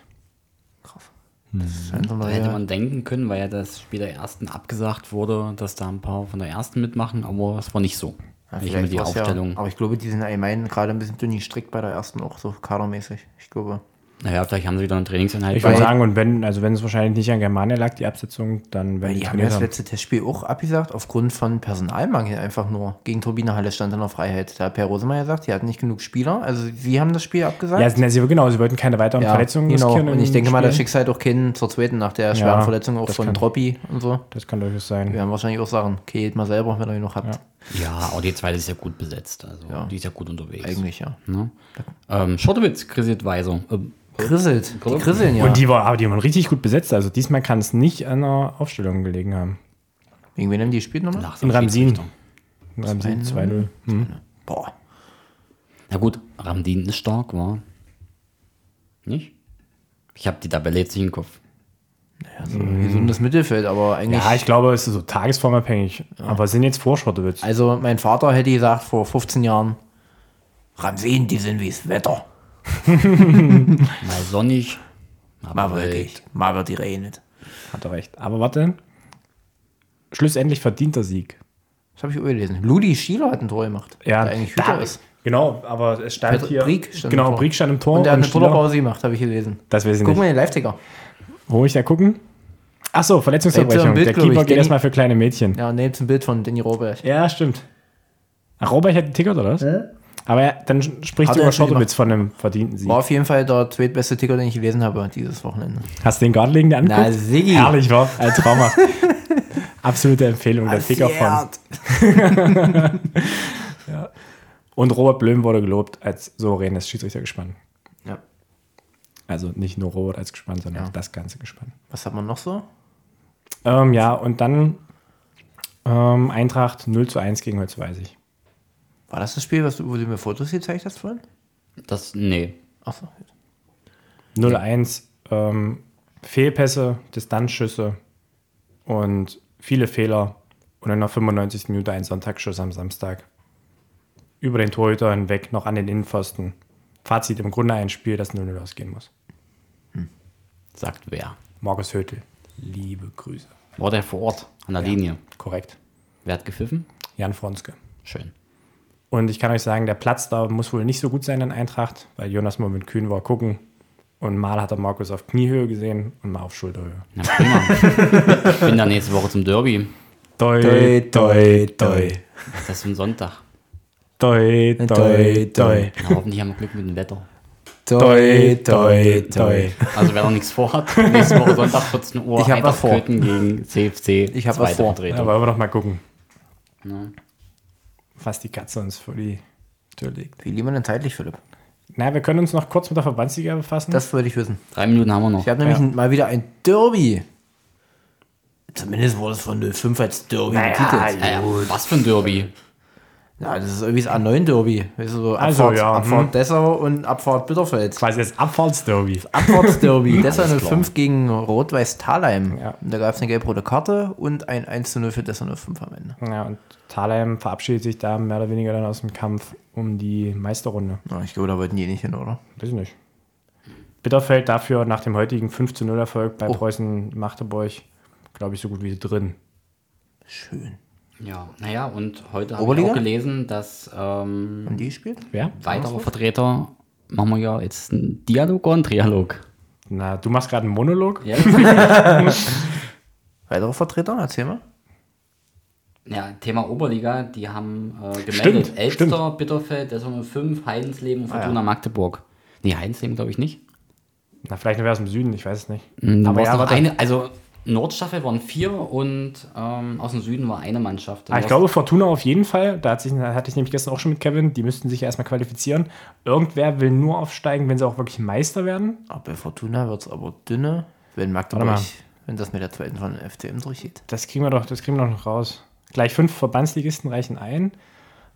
Krass.
Hm.
Das ist ein
Da hätte
anderer.
man denken können, weil ja das Spiel der ersten abgesagt wurde, dass da ein paar von der ersten mitmachen, aber es war nicht so.
Ja,
ich
vielleicht
die
war's
Aufstellung.
Ja, aber ich glaube, die sind allgemein gerade ein bisschen dünn gestrickt bei der ersten auch so kadermäßig. Ich glaube,
Naja, vielleicht haben sie wieder einen Trainingseinheit.
Ich würde
bei-
sagen, und wenn, also wenn es wahrscheinlich nicht an Germania lag, die Absetzung, dann wenn
Weil
die,
die haben ja
trainiert
das
haben.
letzte Testspiel auch abgesagt, aufgrund von Personalmangel einfach nur. Gegen Turbine Halle stand in der Freiheit. Da hat Per Rosemeyer gesagt, die hatten nicht genug Spieler. Also sie haben das Spiel abgesagt.
Ja, na, sie, genau, sie wollten keine weiteren Verletzungen
genau.
riskieren.
Und ich
im
denke mal,
Spiel.
das Schicksal doch keinen zur zweiten nach der schweren Verletzung auch
das
von
kann-
Troppi und so.
Das kann durchaus sein.
Wir haben wahrscheinlich auch Sachen. Okay, geht mal selber, wenn ihr noch habt.
Ja, aber die zweite ist ja gut besetzt. Also die ist ja gut unterwegs.
Eigentlich, ja.
Ne? Ähm, Schottewitz kritisiert Weisung. Ähm,
Krisselt. Die krisseln ja.
Und die, war, aber die waren richtig gut besetzt. Also diesmal kann es nicht an einer Aufstellung gelegen haben.
Wegen wen haben die gespielt nochmal?
nach
In
dem
Ramsin.
Schiedsrichter.
In Ramsin 2-0. Hm.
Boah.
Na gut, Ramsin ist stark, war. Nicht? Ich habe die Tabelle jetzt nicht im Kopf.
Also, Gesundes Mittelfeld, aber eigentlich.
Ja, ich glaube, es ist so tagesformabhängig. Aber sind jetzt Vorschrottewitz.
also, mein Vater hätte gesagt vor 15 Jahren: Ramsen, die sind wie's Wetter.
Mal sonnig, aber,
Mal
wild.
wirklich. Mal wird die regnet.
Hat er recht. Aber warte. Schlussendlich verdienter Sieg.
Das habe ich auch gelesen. Ludi Schieler hat ein Tor gemacht.
Ja,
Der eigentlich
da-
Hüter ist.
Genau, aber es stand
Patrick
hier.
Brieck stand im
genau,
Tor.
Brieg stand im Tor.
Und der hat eine
Spieler-
Torpause gemacht, habe ich gelesen.
Das weiß ich
Guck
nicht.
mal den Live-Ticker.
Wo ich da gucken? Achso,
Jetzt
Verletzungserbrechung.
am Bild,
der
glaub ich,
Keeper geht
Danny-
erstmal für kleine Mädchen.
Ja, und da gibt's ein Bild von Danny Robert.
Ja, stimmt. Ach, Robert hat getickert, oder was? Aber er, dann sch- spricht sogar
Hat er nicht gemacht.
Schottowitz von einem verdienten Sieg.
War auf jeden Fall der zweitbeste Ticker, den ich gelesen habe dieses Wochenende.
Hast du den Gardelegen angeguckt?
Na, Siggi.
Herrlich, war Als
<laughs>
traumhaft. Absolute Empfehlung, der Ticker von. Und Robert Blöhm wurde gelobt als souveränes Schiedsrichtergespann.
Ja.
Also nicht nur Robert als Gespann, sondern
Ja.
das ganze Gespann.
Was hat man noch so?
Ähm, ja, und dann ähm, Eintracht 0 zu 1 gegen Holzweisig.
War das das Spiel, was du, wo du mir Fotos gezeigt hast vorhin?
Das, nee.
Achso.
0-1, ähm, Fehlpässe, Distanzschüsse und viele Fehler. Und in der 95. Minute ein Sonntagsschuss am Samstag. Über den Torhüter hinweg, noch an den Innenpfosten. Fazit im Grunde ein Spiel, das 0-0 ausgehen muss.
Sagt wer?
Markus Hötl, liebe Grüße.
War der vor Ort an der Linie?
Korrekt.
Wer hat gepfiffen?
Jan Fronske.
Schön.
Und ich kann euch sagen, der Platz da muss wohl nicht so gut sein in Eintracht, weil Jonas mal mit Kühn war gucken. Und mal hat er Markus auf Kniehöhe gesehen und mal auf Schulterhöhe.
Na prima. ich bin dann nächste Woche zum Derby.
Doi, doi, doi.
Das ist am Sonntag.
Doi, doi, doi.
Na, hoffentlich haben wir Glück mit dem Wetter.
Doi, doi, doi.
Also wer noch nichts vorhat, nächste Woche Sonntag 14 Uhr
Ich hab was
Eintracht
vor.
Köthen gegen CFC.
Ich hab was
zweite
vor.
Ja,
Vertretung.
wollen wir doch mal gucken. Was die Katze uns vor die Tür legt.
Wie liegen wir denn zeitlich, Philipp?
Na, wir können uns noch kurz mit der Verbandsliga befassen.
Das würde ich wissen.
Drei Minuten haben wir noch.
Ich habe nämlich
Ja.
mal wieder ein Derby. Zumindest wurde es von 05 als Derby betitelt.
Naja, was für ein Derby?
Ja, das ist irgendwie das A9-Derby. Weißt du, so Abfahrt,
Also, ja,
Abfahrt
hm.
Dessau und Abfahrt Bitterfeld.
quasi das Abfahrtsderby. <laughs>
Abfahrtsderby. Dessau
Alles klar.
05 gegen Rot-Weiß Thalheim.
Ja.
Und Da gab es eine gelb-rote Karte und ein 1 zu 0 für Dessau 05 am Ende.
Ja, und Thalheim verabschiedet sich da mehr oder weniger dann aus dem Kampf um die Meisterrunde.
Na, ich glaube, da wollten die nicht hin, oder?
Weiß ich nicht. Bitterfeld dafür nach dem heutigen 5-0-Erfolg
Oh.
bei Preußen Magdeburg, glaube ich, so gut wie drin.
Schön.
Ja, naja, und heute habe ich
Oberliga?
auch gelesen, dass ähm,
Hm.
Haben die gespielt?
Wer?
weitere Vertreter machen wir ja jetzt einen Dialog oder einen Trialog.
Na, du machst gerade einen Monolog? <laughs>
Ja.
Weitere Vertreter? Erzähl mal.
ja, Thema Oberliga, die haben äh, gemeldet
Stimmt, Ah,
Elster, Bitterfeld, Dessau 05, Heidensleben und Fortuna Magdeburg. Nee, Heidensleben glaube ich nicht.
Na, vielleicht wäre es im Süden, ich weiß es nicht.
Hm, Da war es noch
warte.
eine, also Nordstaffel waren vier und ähm, aus dem Süden war eine Mannschaft. Dann
Ah, ich
war's-
glaube, Fortuna auf jeden Fall. Da, hat sich, da hatte ich nämlich gestern auch schon mit Kevin. Die müssten sich erstmal qualifizieren. Irgendwer will nur aufsteigen, wenn sie auch wirklich Meister werden.
Aber bei Fortuna wird es aber dünner, wenn Magdeburg,
Warte
wenn das mit der zweiten von den FCM durchgeht.
Das kriegen wir doch, das kriegen wir doch noch raus. Gleich fünf Verbandsligisten reichen ein.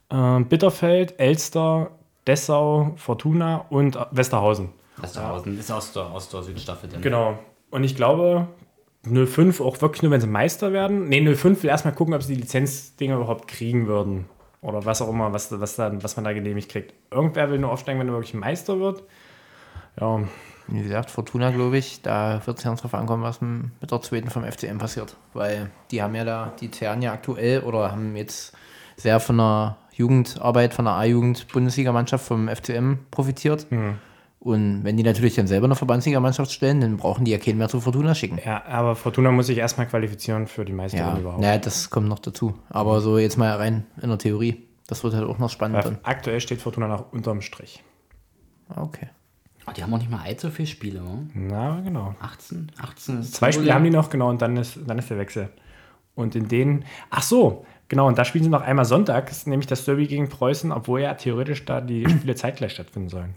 Ähm, Bitterfeld, Elster, Dessau, Fortuna und Westerhausen.
Westerhausen ist aus der, aus der Südstaffel. Denn.
Genau. Und ich glaube, 05 auch wirklich nur, wenn sie Meister werden. Nee, 05 will erstmal gucken, ob sie die Lizenzdinger überhaupt kriegen würden. Oder was auch immer, was, was, da, was man da genehmigt kriegt. Irgendwer will nur aufsteigen, wenn er wirklich Meister wird. Ja,
Wie gesagt, Fortuna, glaube ich, da wird es ganz drauf ankommen, was m- mit der zweiten vom FCM passiert. Weil die haben ja da, die zehren ja aktuell oder haben jetzt
Hm.
sehr von der Jugendarbeit, von der A-Jugend-Bundesligamannschaft vom FCM profitiert. Und wenn die natürlich dann selber eine Verbandsliga-Mannschaft stellen, dann brauchen die ja keinen mehr zu Fortuna schicken.
Ja, aber Fortuna muss sich erstmal qualifizieren für die meisten
Ja,
überhaupt.
naja, das kommt noch dazu. Aber so jetzt mal rein in der Theorie. Das wird halt auch noch spannend
Weil
dann.
aktuell steht Fortuna noch unterm Strich.
Ah, Okay.
Oh, die haben auch nicht mal allzu viele Spiele. ne?
Na, genau.
18? 18 ist
Zwei Spiele haben
die.
die noch, genau, und dann ist, dann ist der Wechsel. Und in denen, ach so, genau, und da spielen sie noch einmal Sonntag, ist nämlich das Derby gegen Preußen, obwohl ja theoretisch da die Spiele zeitgleich stattfinden sollen.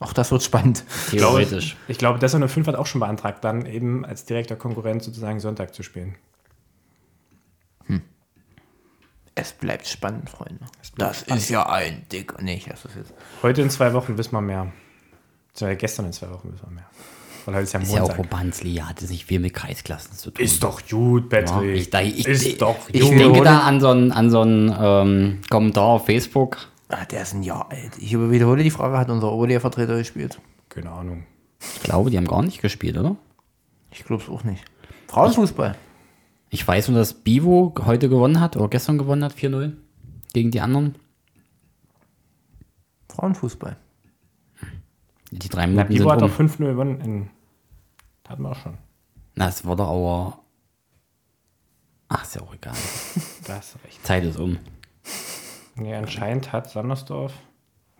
Auch das wird spannend.
Theoretisch.
Ich glaube, das 05 hat auch schon beantragt, dann eben als direkter Konkurrent sozusagen Sonntag zu spielen.
Es bleibt spannend, Freunde. das ist ja ein dick. Nee, ich lasse das jetzt.
Heute in zwei Wochen wissen wir mehr. Beziehungsweise gestern in zwei Wochen wissen wir mehr. Weil heute ist ja
Ist ja auch
Montag.
Verbandsliga, hat es nicht viel mit Kreisklassen zu tun.
ist doch gut,
Ja,
Patrick.
ich, da- ich, ich,
ist doch
ich
gut.
denke da an so einen, an so einen ähm, Kommentar auf Facebook.
Ah, der ist ein Jahr alt. Ich wiederhole die Frage, hat unser Oberliga-Vertreter gespielt?
Keine Ahnung.
Ich glaube, die haben gar nicht gespielt, oder?
Ich glaube es auch nicht. Frauenfußball.
Ich weiß nur, dass Bivo heute gewonnen hat oder gestern gewonnen hat, 4-0 gegen die anderen.
Frauenfußball.
Die drei
Na,
Minuten sind um.
Bibo hat
rum.
doch 5-0 gewonnen. In, hatten wir auch schon.
Na, es wurde aber... Ach, ist ja auch egal.
Da hast du recht.
Zeit ist um.
Nee, anscheinend hat Sandersdorf.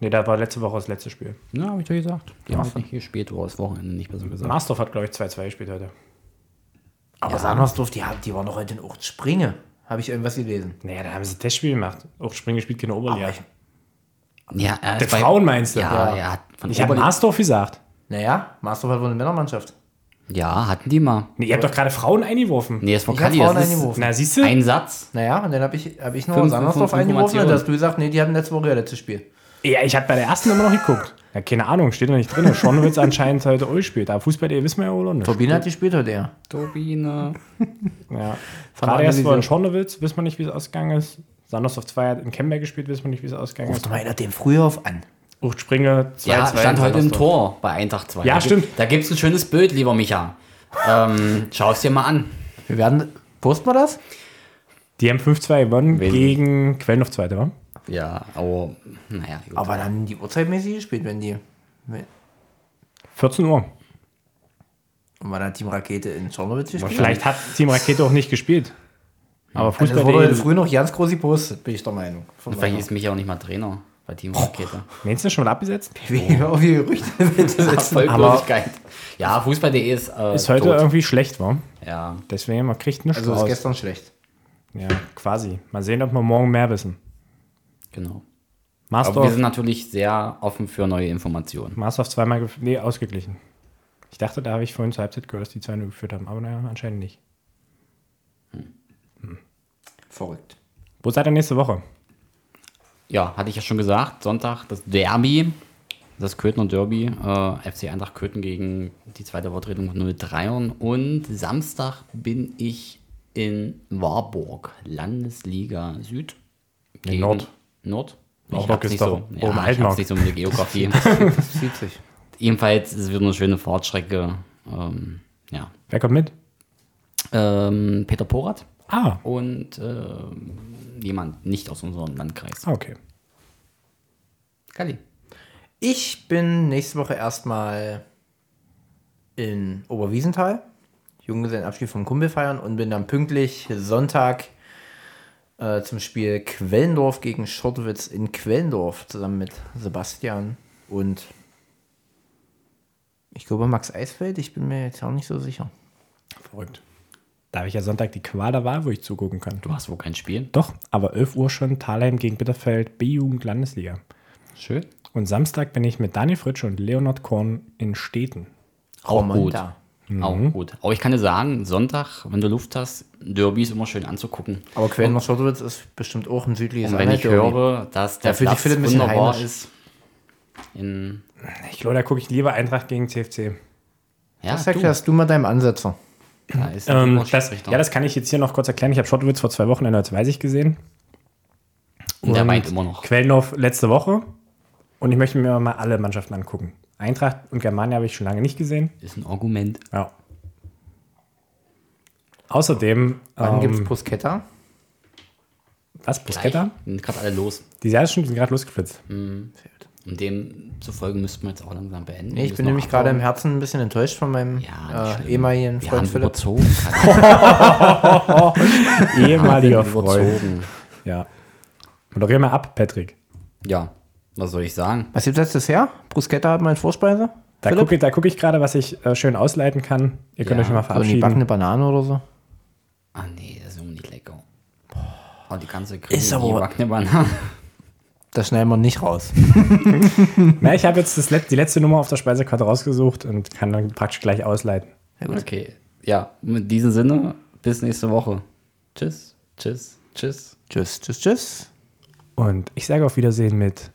Nee, da war letzte Woche das letzte Spiel.
Ja, habe ich doch gesagt. Die haben halt nicht gespielt, oder das Wochenende nicht besser gesagt.
Marsdorf hat, glaube ich, 2-2 gespielt heute.
Aber Sandersdorf, die, haben- die waren noch heute in Ort Springe. Habe ich irgendwas gelesen?
Naja, da haben sie Testspiel gemacht. Auch Spring gespielt, keine Oberliga.
ich-
Ja, er
Der
ist bei-
Frauen meinst du?
Ja, er hat von
Ich habe
Oberli-
Marsdorf gesagt.
Naja, Marsdorf hat wohl eine Männermannschaft.
Ja, hatten die mal.
Nee, ihr habt doch gerade Frauen eingeworfen.
Nee, das war
Ich hab
Kali.
Frauen
Das ist
eingeworfen.
Na, siehst du?
ein Satz.
Naja, und dann habe ich, hab ich noch
Fünf-
Sandersdorf
fünf
eingeworfen und
Informationen.
da hast du gesagt, nee, die hatten letzte Woche ihr letztes Spiel.
Ja, ich habe bei der ersten immer noch geguckt. Ja, keine Ahnung, steht da nicht drin. Schornowitz anscheinend heute Ulm spielt. Aber Fußball, ihr wissen wir ja wohl nicht.
Turbine hat gespielt heute, ja.
Turbine.
Ja.
Von
Gerade erst war in
Analyse.
Schornowitz, wissen wir nicht, wie es ausgegangen ist. Sandersdorf 2 hat in Kemberg gespielt, wissen wir nicht, wie es ausgegangen
Ruf
ist.
doch Also mal einer den Frühhof an.
Uchtspringe 2-2.
Ja, stand
in
heute im
Sandersdorf.
Tor bei Eintracht 2.
Ja,
Da gibt-
stimmt.
Da gibt es ein schönes Bild, lieber Micha. Ähm, Schau es dir mal an.
Wir werden. Posten wir das?
Die haben 5-2 gewonnen
Wen?
gegen Quellenhof 2, war?
Ja, aber naja, gut.
Aber dann haben die Uhrzeitmäßig gespielt, wenn die. wenn-
14 Uhr.
Und war da Team Rakete in Czernowitz gespielt?
Vielleicht hat Team Rakete auch nicht gespielt. Aber
Also das wurde
Fußball.
heute früh noch ganz groß gepostet, bin ich der Meinung. Von
vielleicht ist mich auch nicht mal Trainer bei
<laughs>
Team Rakete.
Meinst du schon mal abgesetzt?
Wie <laughs> auf die Gerüchte mit der
Das ist
letzten-
Vollgültigkeit. Ja, Fußball.de ist, äh,
Ist heute
tot.
irgendwie schlecht, war?
Ja.
Deswegen, man kriegt nichts
Also ist
raus.
gestern schlecht.
Ja, quasi. Mal sehen, ob wir morgen mehr wissen.
Genau. Aber wir
Master
sind natürlich sehr offen für neue Informationen.
Master zweimal gef- nee, ausgeglichen. Ich dachte, da habe ich vorhin zur Halbzeit gehört, dass die 2-0 geführt haben. Aber naja, anscheinend nicht.
Verrückt.
Wo seid ihr nächste Woche?
Ja, hatte ich ja schon gesagt. Sonntag das Derby, das Köthner Derby, äh, FC Eintracht Köthen gegen die zweite Vertretung von 03ern. Und Samstag bin ich in Warburg, Landesliga Süd.
Nee,
gegen-
Nord.
Nord.
Warburg
hab's
ist
nicht
doch
so.
oben
Ja, ich
Altmark.
hab's nicht so mit der Geografie.
<laughs>
Das sieht sich.
Ebenfalls ist es wieder eine schöne Fahrtstrecke. Ähm, ja.
Wer kommt mit?
Ähm, Peter Porat
Ah,
und ähm, jemand nicht aus unserem Landkreis.
ah, okay.
Kali.
Ich bin nächste Woche erstmal in Oberwiesenthal. Junggesellenabschied vom Kumpel feiern und bin dann pünktlich Sonntag äh, zum Spiel Quellendorf gegen Schottwitz in Quellendorf zusammen mit Sebastian und ich glaube Max Eisfeld. Ich bin mir jetzt auch nicht so sicher.
Verrückt. Da habe ich ja Sonntag die Qual der Wahl, wo ich zugucken kann.
Du hast wohl kein Spiel.
Doch, aber 11 Uhr schon Thalheim gegen Bitterfeld, B-Jugend-Landesliga.
Schön.
Und Samstag bin ich mit Daniel Fritsch und Leonard Korn in Städten.
Auch
Roman
gut.
da. Mhm.
Auch gut. Aber ich kann dir sagen, Sonntag, wenn du Luft hast, Derby ist immer schön anzugucken.
Aber Quellendorf Schottwitz ist bestimmt auch im südlichen
Und wenn ich
Saarland-Derby.
höre, dass der
Da fühlt sich
Platz
Philipp ein bisschen
wunderbar
heimisch.
ist. In,
Ich glaube, da gucke ich lieber Eintracht gegen CFC.
ja,
Das
du,
erklärst du mal deinem Ansetzer.
da ist
Ähm,
der
das,
Schiedsrichter.
ja, das kann ich jetzt hier noch kurz erklären. Ich habe Schottowitz vor zwei Wochen in als Weißig gesehen.
Und der
Und
meint immer noch.
Quellenhof letzte Woche. Und ich möchte mir mal alle Mannschaften angucken. Eintracht und Germania habe ich schon lange nicht gesehen.
Ist ein Argument.
Ja. Außerdem,
Wann
ähm,
gibt's gibt es Bruschetta?
was, Bruschetta?
Gleich. Sind gerade alle los.
Die Serben sind gerade losgeflitzt.
Und Und dem zufolge müssten wir jetzt auch langsam beenden.
Nee,
Wir
ich bin
müssen
nämlich
noch
gerade im
abhauen.
Herzen ein bisschen enttäuscht von meinem
ja, nicht
äh,
schlimm.
ehemaligen
wir
Freund
haben
Philipp. <laughs>
überzogen. Katja. Wir
Ehemaliger
haben
Freund.
überzogen.
Ja. Moderier mal ab, Patrick.
Ja, was soll ich sagen?
Was gibt's als Dessert? Bruschetta hat man als Vorspeise?
Da
Philipp?
gucke da guck ich gerade, was ich äh, schön ausleiten kann. Ihr könnt
Ja,
euch schon mal
So eine
verabschieden.
gebackene Also Banane oder so.
Ah nee, das ist irgendwie nicht lecker. Oh, die ganze Creme,
Ist aber-
die gebackene Banane.
Das schneiden wir nicht raus.
Na, ich habe jetzt das Let die letzte Nummer auf der Speisekarte rausgesucht und kann dann praktisch gleich ausleiten.
Okay, ja, mit diesem Sinne, bis nächste Woche. Tschüss, tschüss, tschüss.
Tschüss, tschüss, tschüss.
Und ich sage auf Wiedersehen mit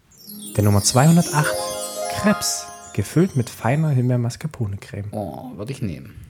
der Nummer 208, Krebs, gefüllt mit feiner Himbeer-Mascarpone-Creme.
Oh, würde ich nehmen.